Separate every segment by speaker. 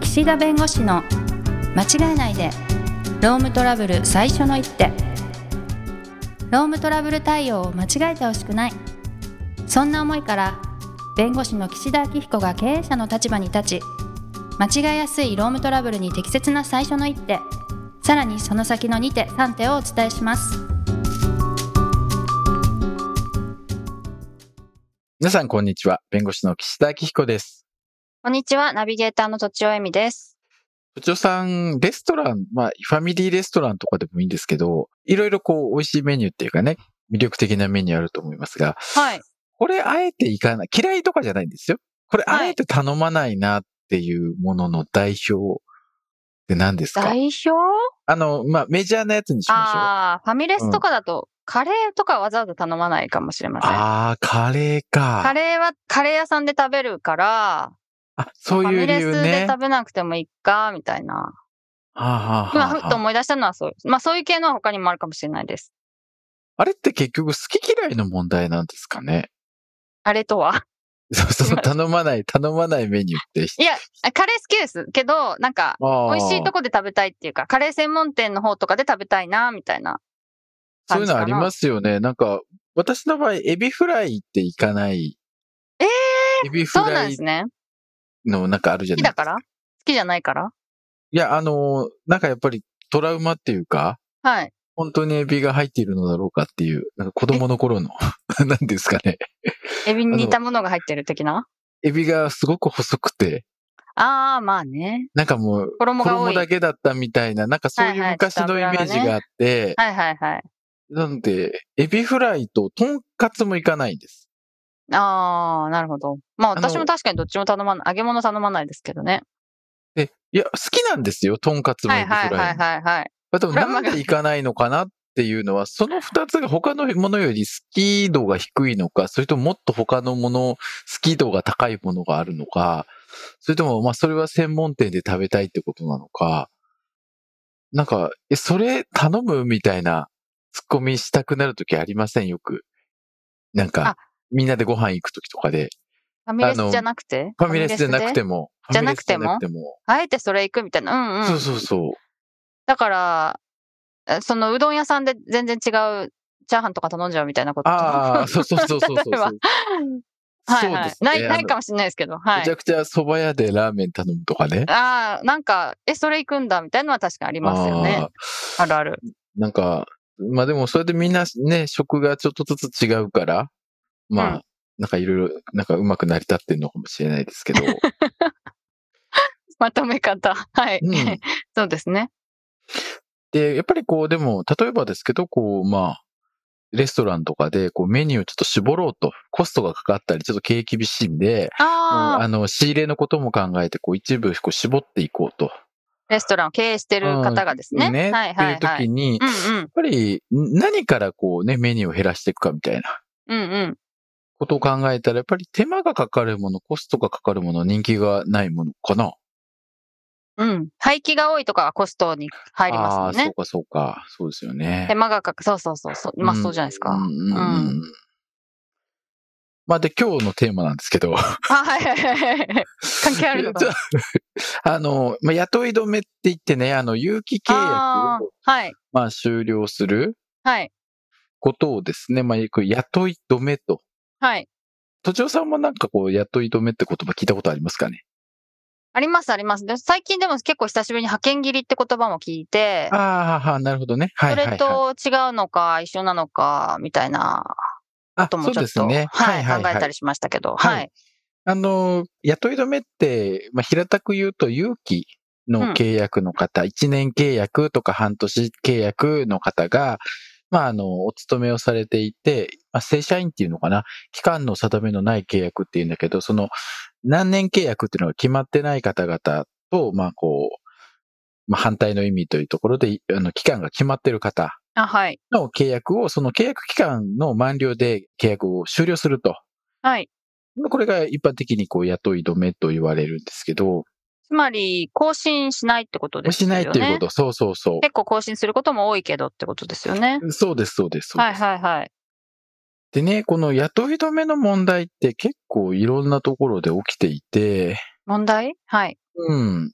Speaker 1: 岸田弁護士の間違えないでロームトラブル最初の一手ロームトラブル対応を間違えてほしくないそんな思いから弁護士の岸田明彦が経営者の立場に立ち間違えやすいロームトラブルに適切な最初の一手さらにその先の2手3手をお伝えします
Speaker 2: 皆さん、こんにちは。弁護士の岸田明彦です。
Speaker 1: こんにちはナビゲーターのとちおえみです
Speaker 2: 部長さん、レストラン、まあ、ファミリーレストランとかでもいいんですけど、いろいろこう、美味しいメニューっていうかね、魅力的なメニューあると思いますが、
Speaker 1: はい
Speaker 2: これあえていかない、嫌いとかじゃないんですよ。これ
Speaker 1: はい
Speaker 2: あえて頼まないなっていうものの代表って何ですか、
Speaker 1: 代表
Speaker 2: あの、まあ、メジャーなやつにしましょう。あ
Speaker 1: ああファミレスとかだと、カレーとかわざわざ頼まないかもしれません
Speaker 2: あー、カレーか。
Speaker 1: カレーはカレー屋さんで食べるから
Speaker 2: あ、そう
Speaker 1: ファ
Speaker 2: い
Speaker 1: ミ
Speaker 2: う理
Speaker 1: レス
Speaker 2: 由
Speaker 1: で
Speaker 2: ね。
Speaker 1: 食べなくてもいいかみたいな
Speaker 2: はあはあは
Speaker 1: 今、
Speaker 2: あは
Speaker 1: ふ
Speaker 2: あ
Speaker 1: っと思い出したのはそう。まあ、そういう系のは他にもあるかもしれないです。
Speaker 2: あれって結局好き嫌いの問題なんですかね。
Speaker 1: あれとは
Speaker 2: そうそう、頼まない、頼まないメニューって。
Speaker 1: いや、カレー好きですけど、なんか、
Speaker 2: 美
Speaker 1: 美味しいと
Speaker 2: こ
Speaker 1: こで食べたいっていうか、カレー専門店の方とかで食べたいな、みたいな。
Speaker 2: そういうのあ
Speaker 1: 感じ
Speaker 2: り
Speaker 1: かな
Speaker 2: ますよね。なんか、私の場合、エビフライっていかない。
Speaker 1: え
Speaker 2: エビフ
Speaker 1: そうな
Speaker 2: ラ
Speaker 1: んで
Speaker 2: イ
Speaker 1: すね。
Speaker 2: のなんかあるじゃ
Speaker 1: 好き
Speaker 2: な
Speaker 1: だ
Speaker 2: い
Speaker 1: から好きじゃないから
Speaker 2: いや、あのー、なんかやっぱりトラウマっていうか、
Speaker 1: はい。
Speaker 2: 本当にエビが入っているのだろうかっていう、なんか子供の頃の、 なんですかね。
Speaker 1: エビに似たものが入ってる的な
Speaker 2: エビがすごく細くて、
Speaker 1: ああー、まあね。
Speaker 2: なんかもう、
Speaker 1: 衣が多い
Speaker 2: だけだったみたいな、なんかそう
Speaker 1: はいいうはい
Speaker 2: 昔のイメージがあって、
Speaker 1: はいはいはい。
Speaker 2: なので、エビフライとトンカツもいかないんです。
Speaker 1: ああ、なるほど。まあ
Speaker 2: あの
Speaker 1: 私も確かにどっちも頼まない、揚げ物頼まないですけどね。
Speaker 2: で、いや、好きなんですよ、トンカツも
Speaker 1: は
Speaker 2: エ
Speaker 1: い
Speaker 2: ビフラ
Speaker 1: は
Speaker 2: イ
Speaker 1: い
Speaker 2: も。
Speaker 1: はいはいはい。
Speaker 2: まあ、でもなんで行かないのかなっていうのは、その二つが他のものより好き度が低いのか、それとももっと他のもの、好き度が高いものがあるのか、それとも、まあ、それは専門店で食べたいってことなのか、なんか、え、それ頼むみたいなツッコミしたくなるときありませんよく。なん
Speaker 1: あ
Speaker 2: か、みんなでご飯行くときとかで、
Speaker 1: ファミレ
Speaker 2: あ
Speaker 1: ス
Speaker 2: の
Speaker 1: じゃなくて
Speaker 2: ファミレスじゃなく
Speaker 1: ファミレスで
Speaker 2: ても、
Speaker 1: じゃなくても
Speaker 2: ファミレスじゃなくても、
Speaker 1: あえてそれ行くみたいな。うんうん。
Speaker 2: そうそうそう。
Speaker 1: だから、えそのうどん屋さんで全然違うチャーハンとか頼んじゃうみたいなこと。
Speaker 2: ああ、そうそうそうそうそう
Speaker 1: 例えば
Speaker 2: そう。
Speaker 1: はい
Speaker 2: そう
Speaker 1: は
Speaker 2: で
Speaker 1: い
Speaker 2: す。ね
Speaker 1: ない、な
Speaker 2: あ
Speaker 1: い
Speaker 2: の
Speaker 1: かもしれないですけど。は
Speaker 2: めち
Speaker 1: い。
Speaker 2: ゃくちゃ蕎麦屋でラーメン頼むとかね。
Speaker 1: ああ、なんか、え、それ行くんだみたいなのは確かにありますよね。あ
Speaker 2: あー
Speaker 1: るある。
Speaker 2: なんか、まあでもそれでみんなね、食がちょっとずつ違うから、まあ、
Speaker 1: うん
Speaker 2: なんかいろいろ、なんかうまく成り立ってんのかもしれないです けど、
Speaker 1: まとめ方。はい。
Speaker 2: うん、
Speaker 1: そうですね。
Speaker 2: で、やっぱりこう、でも、例えばですけど、こう、まあ、レストランとかで、こう、メニューをちょっと絞ろうと、コストがかかったり、ちょっと経営厳しいんで、もう
Speaker 1: ああ、
Speaker 2: あの、仕入れのことも考えて、こう、一部、こう、絞っていこうと。
Speaker 1: レストランを経営してる方がですね。
Speaker 2: ね。
Speaker 1: はいはい
Speaker 2: っていう
Speaker 1: はい。
Speaker 2: 時に、
Speaker 1: う
Speaker 2: やっ
Speaker 1: んうん。
Speaker 2: ぱり、何からこうね、メニューを減らしていくかみたいな。
Speaker 1: うんうん。
Speaker 2: ことを考えたら、やっぱり手間がかかるもの、コストがかかるもの、人気がないものかな。
Speaker 1: うん。廃棄が多いとかはコストに入りますもん
Speaker 2: ああ、そ
Speaker 1: ね
Speaker 2: う。かそうか。そうですよね。
Speaker 1: 手間がかか、そうそうそうそう。まあそうじゃないですか。
Speaker 2: うんうんうんうんまあで、今日のテーマなんですけど。
Speaker 1: あ、はいはいはいはい。関係あるのか
Speaker 2: ちょっとあの、まあ、雇い止めって言ってね、あの、有期契
Speaker 1: あ
Speaker 2: 約
Speaker 1: ー
Speaker 2: を、
Speaker 1: はい。
Speaker 2: まあ、終了する
Speaker 1: はい。
Speaker 2: ことをですね、まあ、よく雇い止めと。
Speaker 1: はい。
Speaker 2: 都庁さんもなんかこう、雇い止めって言葉聞いたことありますかね
Speaker 1: ありますあります。で最近でも結構久しぶりに派遣切りって言葉も聞いて、
Speaker 2: ああ、なるほどね。はい
Speaker 1: そ
Speaker 2: はい、はい。
Speaker 1: れと違うのか一緒なのかみたいな
Speaker 2: あ
Speaker 1: こともちょっ
Speaker 2: そ
Speaker 1: と、
Speaker 2: うですね。
Speaker 1: はい考えたりしましたけど、はい。
Speaker 2: はいあの、雇い止めって、まあ、平たく言うと、有期の契約の方、1年契約とか半年契約の方が、まあ、あの、お勤めをされていて、まあ、正社員っていうのかな、期間の定めのない契約っていうんだけど、その、何年契約っていうのが決まってない方々と、まあ、こう、まあ、反対の意味というところで、あの、期間が決まってる方
Speaker 1: あ、はい。
Speaker 2: の契約を、その契約期間の満了で契約を終了すると。
Speaker 1: はい。
Speaker 2: まあこれが一般的にこう雇い止めと言われるんですけど、
Speaker 1: つまり、更新しないってことです
Speaker 2: し
Speaker 1: よね。
Speaker 2: ないっていうこと、そうそうそ
Speaker 1: 結構更新することも多いけどってことですよね。
Speaker 2: う。そうです、そうです。そう
Speaker 1: は
Speaker 2: で
Speaker 1: い
Speaker 2: す
Speaker 1: はいはい。
Speaker 2: でね、この雇い止めの問題って結構いろんなところで起きていて、
Speaker 1: 問題はい。
Speaker 2: うん。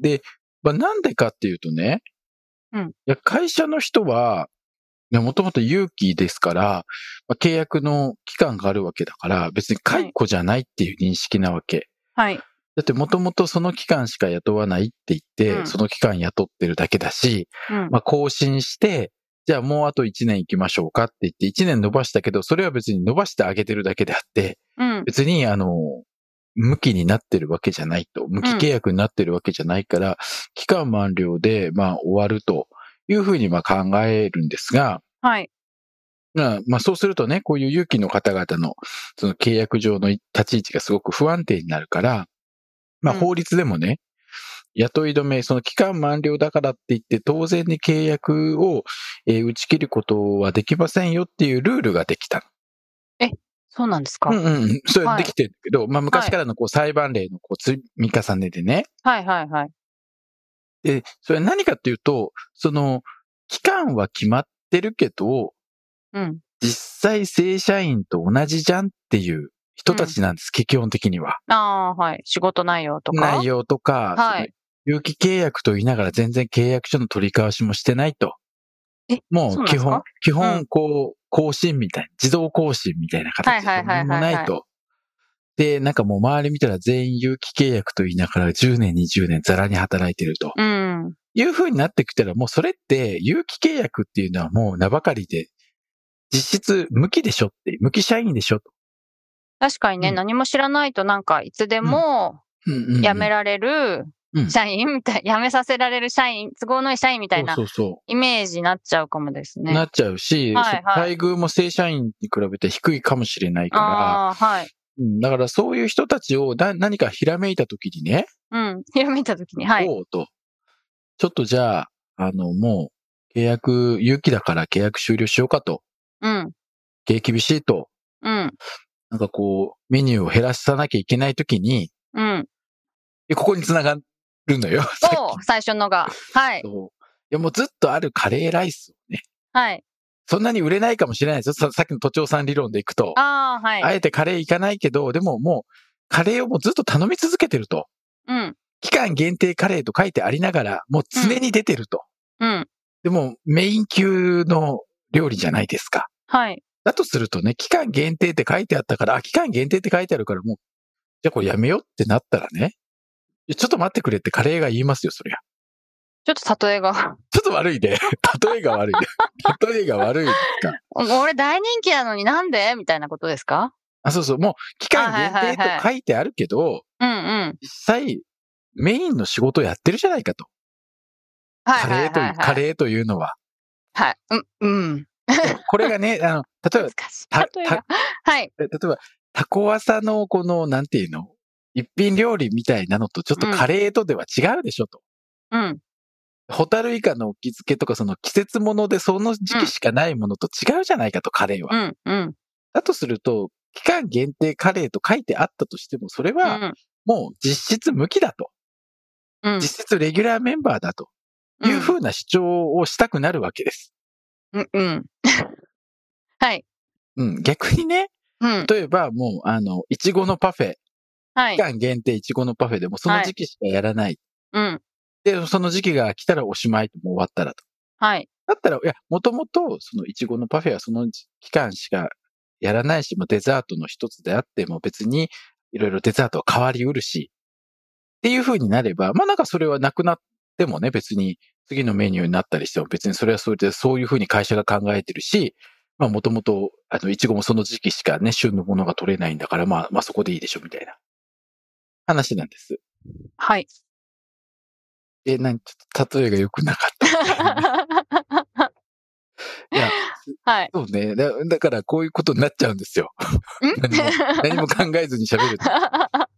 Speaker 2: で、まあ、なんでかっていうとね、
Speaker 1: うん
Speaker 2: いや会社の人は、もともと有期ですから、まあ、契約の期間があるわけだから、別に解雇じゃないっていう認識なわけ。
Speaker 1: はい。
Speaker 2: だってもともとその期間しか雇わないって言って、
Speaker 1: うん
Speaker 2: その期間雇ってるだけだし、
Speaker 1: うん。
Speaker 2: まあ、更新して、じゃあもうあと1年行きましょうかって言って、1年伸ばしたけど、それは別に伸ばしてあげてるだけであって、
Speaker 1: うん。
Speaker 2: 別にあの、無期になってるわけじゃないと、無期契約になってるわけじゃないから、期間満了で、まあ終わるというふうにまあ考えるんですが、
Speaker 1: はい。
Speaker 2: まあ、まあそうするとね、こういう有期の方々の、その契約上の立ち位置がすごく不安定になるから、まあ
Speaker 1: うん
Speaker 2: 法律でもね、雇い止め、その期間満了だからって言って、当然に契約を、えー打ち切ることはできませんよっていうルールができた
Speaker 1: そうなんですか。
Speaker 2: の。うんうんうん。それ
Speaker 1: はい
Speaker 2: できてるけど、まあ昔からのこう裁判例のこう積み重ねでね、
Speaker 1: はいはいはい。
Speaker 2: で、それは何かっていうと、その、期間は決まってるけど、
Speaker 1: うん。
Speaker 2: 実際正社員と同じじゃんっていう人たちなんです、基本的には。
Speaker 1: ああ、はい。仕事内容とか。
Speaker 2: 内容とか、
Speaker 1: は
Speaker 2: そ
Speaker 1: い
Speaker 2: の有期契約と言いながら全然契約書の取り交わしもしてないと。
Speaker 1: え
Speaker 2: も
Speaker 1: そううなんで
Speaker 2: 基
Speaker 1: すか
Speaker 2: 本、基
Speaker 1: う
Speaker 2: 本、こう、更新みたいな、自動更新みたいな形で
Speaker 1: はいはいはいはい
Speaker 2: 何もないと。で、なんかもう周り見たら全員有期契約と言いながら10年、20年ザラに働いてると。
Speaker 1: うん。
Speaker 2: いう風になってきたらもうそれって有期契約っていうのはもう名ばかりで、実質無期でしょって、無期社員でしょと。
Speaker 1: 確かにね、
Speaker 2: うん
Speaker 1: 何も知らないとなんかいつでも
Speaker 2: うんうんうん
Speaker 1: 辞められる
Speaker 2: うん
Speaker 1: 社員 みたい、辞めさせられる社員、都合のいい社員みたいな
Speaker 2: そうそうそう。
Speaker 1: イメージになっちゃうかもですね。
Speaker 2: なっちゃうし、
Speaker 1: はいはい
Speaker 2: 待遇も正社員に比べて低いかもしれないから、
Speaker 1: ああ、はい。
Speaker 2: うんだからそういう人たちをな何かひらめいた時にね、
Speaker 1: うん。 ひらめいたときに、はい。
Speaker 2: おうと、ちょっとじゃあ、あの、もう契約、有期だから契約終了しようかと、
Speaker 1: うん。
Speaker 2: 経営厳しいと、
Speaker 1: うん。
Speaker 2: なんかこう、メニューを減らさなきゃいけない時に、
Speaker 1: うん。
Speaker 2: でここに繋がるのよ。さっき
Speaker 1: おう最初のが。はい。
Speaker 2: そういやもうずっとあるカレーライスをね、
Speaker 1: はい。
Speaker 2: そんなに売れないかもしれないですよ。ささっきの都庁さん理論でいくと。
Speaker 1: ああ、は
Speaker 2: あ
Speaker 1: い。
Speaker 2: えてカレー行かないけど、でももう、カレーをもうずっと頼み続けてると。
Speaker 1: うん。
Speaker 2: 期間限定カレーと書いてありながら、もう常に出てると。
Speaker 1: うん。
Speaker 2: でも、メイン級の料理じゃないですか。
Speaker 1: はい。
Speaker 2: だとするとね、期間限定って書いてあったから、あ、期間限定って書いてあるから、もう、じゃあこれやめようってなったらね、いやちょっと待ってくれってカレーが言いますよ、そりゃ。
Speaker 1: ちょっと例えが。
Speaker 2: ちょっと悪いで。 例えが悪いで。例えが悪いですか。
Speaker 1: お俺大人気なのになんでみたいなことですか
Speaker 2: あ、そうそう、もう期間
Speaker 1: あはいは
Speaker 2: 限
Speaker 1: いは
Speaker 2: 定
Speaker 1: い
Speaker 2: と書いてあるけど、
Speaker 1: うんうん。
Speaker 2: 実際、メインの仕事をやってるじゃないかと。
Speaker 1: はい
Speaker 2: カ
Speaker 1: は
Speaker 2: レ
Speaker 1: い
Speaker 2: ーと
Speaker 1: はいい、は
Speaker 2: う、
Speaker 1: い。
Speaker 2: カレーというのは。
Speaker 1: はい。うん。うん。
Speaker 2: これが ね、あの、例えば
Speaker 1: 難、しい。
Speaker 2: た
Speaker 1: 例えが。はい。
Speaker 2: 例えば、タコワサのこの、なんていうの一品料理みたいなのと、ちょっと
Speaker 1: うん
Speaker 2: カレーとでは違うでしょと。
Speaker 1: うん。
Speaker 2: ホタルイカの沖漬けとか、その季節もので、その時期しかないものと違うじゃないかと、カレーは。
Speaker 1: うん。うん。
Speaker 2: だとすると、期間限定カレーと書いてあったとしても、それ
Speaker 1: う
Speaker 2: は
Speaker 1: ん。
Speaker 2: もう実質無期だと。
Speaker 1: うん。
Speaker 2: 実質レギュラーメンバーだというふうな主張をしたくなるわけです。
Speaker 1: うん。うん。はい。
Speaker 2: うん、逆にね、
Speaker 1: うん。
Speaker 2: 例えばもう、あの、いちごのパフェ、
Speaker 1: は
Speaker 2: 期
Speaker 1: い。
Speaker 2: 間限定いちごのパフェでもその時期しかやらない。
Speaker 1: うん。
Speaker 2: で、その時期が来たらおしまい、もう終わったらと。
Speaker 1: はい。
Speaker 2: だったら、いや、もともと、そのイチゴのパフェはその期間しかやらないし、まあ、デザートの一つであっても別に、いろいろデザートは変わりうるし、っていう風になれば、まあなんかそれはなくなってもね、別に次のメニューになったりしても別にそれはそれでそういう風に会社が考えてるし、まあもともと、あの、イチゴもその時期しかね、旬のものが取れないんだから、まあ、まあそこでいいでしょ、みたいな話なんです。
Speaker 1: はい。
Speaker 2: え、なん、ちょっと例えが良くなかった。いや、
Speaker 1: はい。
Speaker 2: そうね。だだから、こういうことになっちゃうんですよ。 何も何も考えずに喋ると。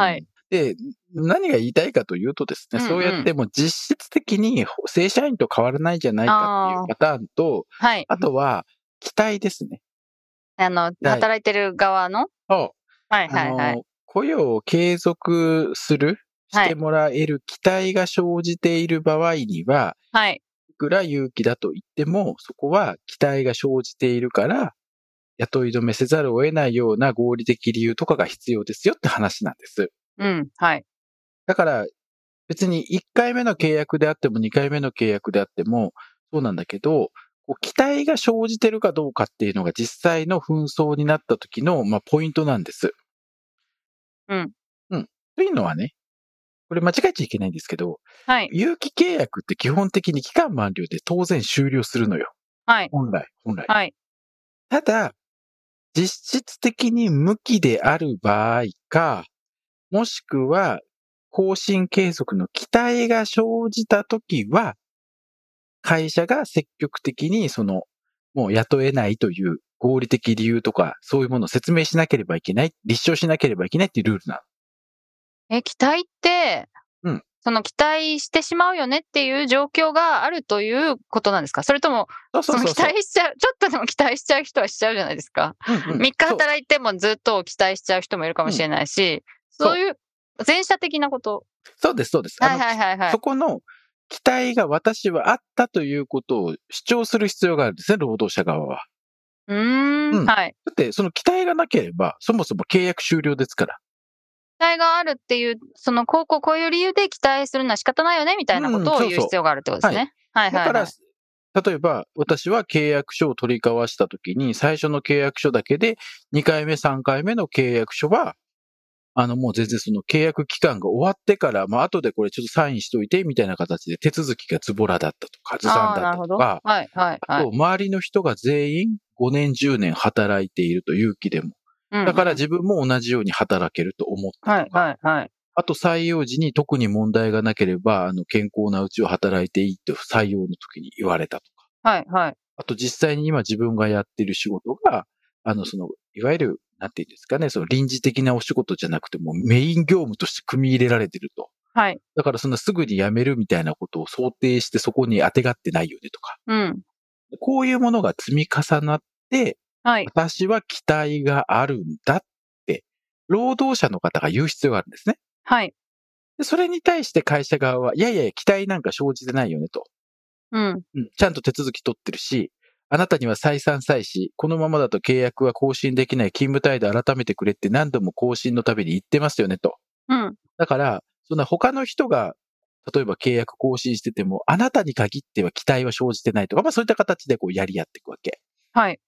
Speaker 1: はい。
Speaker 2: で、何が言いたいかというとですね、
Speaker 1: うんうん
Speaker 2: そうやってもう実質的に正社員と変わらないじゃないかっていうパターンと、
Speaker 1: はい。
Speaker 2: あとは、期待ですね。
Speaker 1: あの、働いてる側の
Speaker 2: そう
Speaker 1: はい
Speaker 2: あ
Speaker 1: はい
Speaker 2: の
Speaker 1: はい。
Speaker 2: 雇用を継続する、
Speaker 1: はい
Speaker 2: してもらえる期待が生じている場合には、
Speaker 1: はい。
Speaker 2: いくら勇気だと言っても、そこは期待が生じているから、雇い止めせざるを得ないような合理的理由とかが必要ですよって話なんです。
Speaker 1: うん。はい。
Speaker 2: だから、別に1回目の契約であっても2回目の契約であってもそうなんだけど、こう期待が生じてるかどうかっていうのが実際の紛争になった時の、まあ、ポイントなんです。
Speaker 1: うん。
Speaker 2: うん。というのはね、これ間違えちゃいけないんですけど、
Speaker 1: はい。
Speaker 2: 有期契約って基本的に期間満了で当然終了するのよ。
Speaker 1: はい。
Speaker 2: 本来、本来。
Speaker 1: はい。
Speaker 2: ただ、実質的に無期である場合か、もしくは、更新継続の期待が生じたときは、会社が積極的に、その、もう雇えないという合理的理由とか、そういうものを説明しなければいけない、立証しなければいけないっていうルールなの。
Speaker 1: え、期待って、
Speaker 2: うん
Speaker 1: その期待してしまうよねっていう状況があるということなんですかそれとも、
Speaker 2: そうそうそう
Speaker 1: そ
Speaker 2: そう
Speaker 1: の期。待しちゃう、 ちょっとでも期待しちゃう人はしちゃうじゃないですか。
Speaker 2: うんうん
Speaker 1: 3日働いてもずっと期待しちゃう人もいるかもしれない
Speaker 2: う
Speaker 1: し、
Speaker 2: ん
Speaker 1: そういう前者的なこと。
Speaker 2: そうそうです、そうです。あの
Speaker 1: はいはいはいはい
Speaker 2: そ。この期待が私はあったということを主張する必要があるんですね、労働者側は。
Speaker 1: うー
Speaker 2: うん
Speaker 1: ん、はい。
Speaker 2: だって、その期待がなければ、そもそも契約終了ですから。
Speaker 1: 期待があるっていう、その、こうこうこういう理由で期待するのは仕方ないよねみたいなこ
Speaker 2: う
Speaker 1: と
Speaker 2: ん
Speaker 1: を
Speaker 2: そうそう
Speaker 1: 言う必要があるってことですね。はい
Speaker 2: だ
Speaker 1: はい、はい。
Speaker 2: から、例えば、私は契約書を取り交わしたときに、最初の契約書だけで、2回目、3回目の契約書は、あの、もう全然その契約期間が終わってから、まあ、後でこれちょっとサインしといて、みたいな形で手続きがズボラだったとか、ずさ
Speaker 1: あ
Speaker 2: ん
Speaker 1: あー、
Speaker 2: だ
Speaker 1: な
Speaker 2: っ
Speaker 1: るほ
Speaker 2: た
Speaker 1: ど。
Speaker 2: とか
Speaker 1: は、いはいは
Speaker 2: あ
Speaker 1: い
Speaker 2: と、。周りの人が全員5年、10年働いていると、勇気でも。
Speaker 1: うん
Speaker 2: だから自分も同じように働けると思った
Speaker 1: はい
Speaker 2: とか、
Speaker 1: はいはい。
Speaker 2: あと採用時に特に問題がなければ、あの、健康なうちを働いていいと採用の時に言われたとか、
Speaker 1: はいはい。
Speaker 2: あと実際に今自分がやっている仕事が、あの、その、いわゆる、なんていうんですかね、その臨時的なお仕事じゃなくてもうメイン業務として組み入れられてると。
Speaker 1: はい。
Speaker 2: だからそんなすぐに辞めるみたいなことを想定してそこに当てがってないよねとか。
Speaker 1: うん。
Speaker 2: こういうものが積み重なって、
Speaker 1: はい。
Speaker 2: 私は期待があるんだって、労働者の方が言う必要があるんですね。
Speaker 1: はい。
Speaker 2: でそれに対して会社側は、いやいや、期待なんか生じてないよねと。
Speaker 1: うん。
Speaker 2: うんちゃんと手続き取ってるし、あなたには再三再四、このままだと契約は更新できない勤務態度改めてくれって何度も更新のたびに言ってますよねと。
Speaker 1: うん。
Speaker 2: だから、そんな他の人が、例えば契約更新してても、あなたに限っては期待は生じてないとか、まあそういった形でこうやり合っていくわけ。
Speaker 1: はい。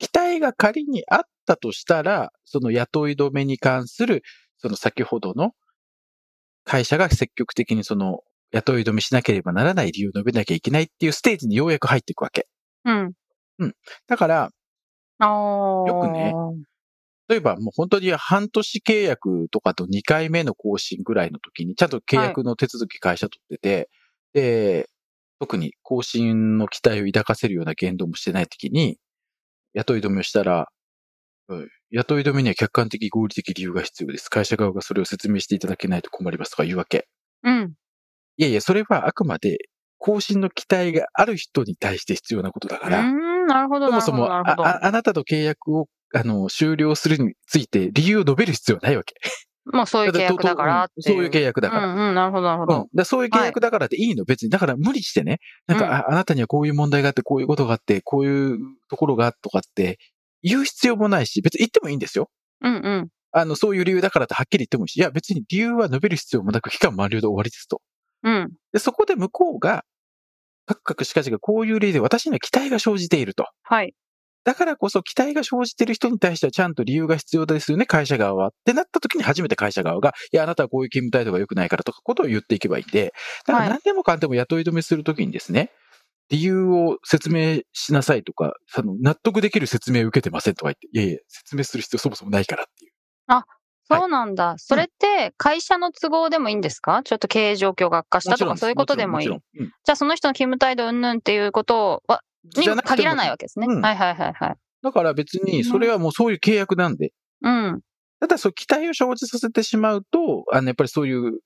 Speaker 2: 期待が仮にあったとしたら、その雇い止めに関する、その先ほどの会社が積極的にその雇い止めしなければならない理由を述べなきゃいけないっていうステージにようやく入っていくわけ。
Speaker 1: うん。
Speaker 2: だから、
Speaker 1: ああ。
Speaker 2: よくね。例えばもう本当に半年契約とかと2回目の更新ぐらいの時に、ちゃんと契約の手続き会社取ってて、で、特に更新の期待を抱かせるような言動もしてない時に、雇い止めをしたら、うん雇い止めには客観的合理的理由が必要です。会社側がそれを説明していただけないと困りますとか言うわけ。
Speaker 1: うん。
Speaker 2: いやいや、それはあくまで更新の期待がある人に対して必要なことだ
Speaker 1: う
Speaker 2: から、
Speaker 1: ーん。なるほど。
Speaker 2: そも
Speaker 1: なるほ
Speaker 2: そ
Speaker 1: ど。
Speaker 2: も
Speaker 1: な
Speaker 2: あ
Speaker 1: るほど。
Speaker 2: ああなたと契約をあの終了するについて理由を述べる必要はないわけ。
Speaker 1: もうそういう契約だからっ
Speaker 2: うん
Speaker 1: ていう。
Speaker 2: そういう契約だから。うん
Speaker 1: うんうん。なるほど、なるほ
Speaker 2: だか
Speaker 1: ど。
Speaker 2: らそういう契約だからっていいの、別に。だから無理してね。なんか、
Speaker 1: うん
Speaker 2: あ、あなたにはこういう問題があって、こういうことがあって、こういうところがとかって言う必要もないし、別に言ってもいいんですよ。
Speaker 1: うんうん。
Speaker 2: あの、そういう理由だからってはっきり言ってもいいし、いや、別に理由は述べる必要もなく、期間満了で終わりですと。
Speaker 1: うん。
Speaker 2: で、そこで向こうが、カクカクしかじかこういう例で私には期待が生じていると。
Speaker 1: はい。
Speaker 2: だからこそ期待が生じている人に対してはちゃんと理由が必要ですよね、会社側は。ってなった時に初めて会社側が、いや、あなたはこういう勤務態度が良くないからとかことを言っていけばいいんで、だか
Speaker 1: は
Speaker 2: ら
Speaker 1: い
Speaker 2: 何でもかんでも雇い止めするときにですね、理由を説明しなさいとか、その納得できる説明を受けてませんとか言って、いやいや、説明する必要そもそもないからっていう。はい
Speaker 1: そうなんだ。それって会社の都合でもいいんですかちょっと経営状況が悪化したとかそういうことでもいい。
Speaker 2: ち
Speaker 1: じ
Speaker 2: ろんです。もちろんもち
Speaker 1: ゃあその人の勤務態度うんぬんっていうことは、
Speaker 2: ろんうん
Speaker 1: にも限らない
Speaker 2: わ。
Speaker 1: わけですね。
Speaker 2: うん
Speaker 1: はいはいはいはい。
Speaker 2: だから別に、それはもうそういう契約なんで、
Speaker 1: うん。
Speaker 2: ただ、そう、期待を生じさせてしまうと、あの、やっぱりそういう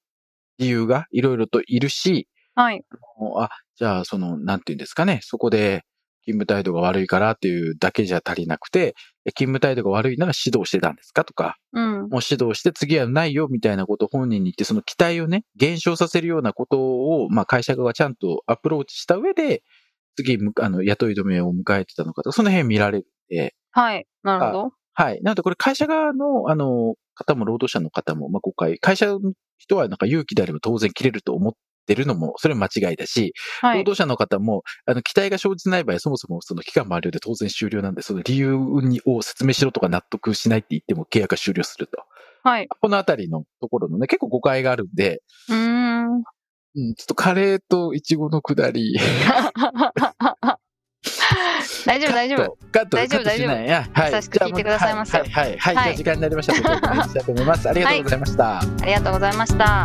Speaker 2: 理由がいろいろといるし、
Speaker 1: はい。
Speaker 2: もうあ、じゃあ、その、なんていうんですかね、そこで、勤務態度が悪いからっていうだけじゃ足りなくて、え勤務態度が悪いなら指導してたんですかとか、
Speaker 1: うん。
Speaker 2: もう指導して次はないよみたいなことを本人に言って、その期待をね、減少させるようなことを、まあ会社側がちゃんとアプローチした上で、次、むあの、雇い止めを迎えてたのかとか、その辺見られるんで、
Speaker 1: はい。なるほど。
Speaker 2: はい。なので、これ会社側の、あの、方も労働者の方も、まあ、誤解、会社の人はなんか有期であれば当然切れると思ってるのも、それは間違いだし、
Speaker 1: は
Speaker 2: 労
Speaker 1: い。
Speaker 2: 働者の方も、あの、期待が生じない場合、そもそもその期間満了で当然終了なんで、その理由にを説明しろとか納得しないって言っても契約が終了すると。
Speaker 1: はい。
Speaker 2: このあたりのところのね、結構誤解があるんで、
Speaker 1: うーん。
Speaker 2: うん、ちょっとカレーとイチゴのくだり、
Speaker 1: 大丈夫、大丈夫。
Speaker 2: カット、カッ
Speaker 1: 大
Speaker 2: ト
Speaker 1: 丈
Speaker 2: カッ
Speaker 1: 夫
Speaker 2: トしないや、はい。
Speaker 1: 優しく聞いてくださいませ
Speaker 2: じゃあもうはい、はい、はい。
Speaker 1: はい
Speaker 2: じゃあ時間になりましたので、ここまでにしたいと思います。ありがとうございました。
Speaker 1: ありがとうございました。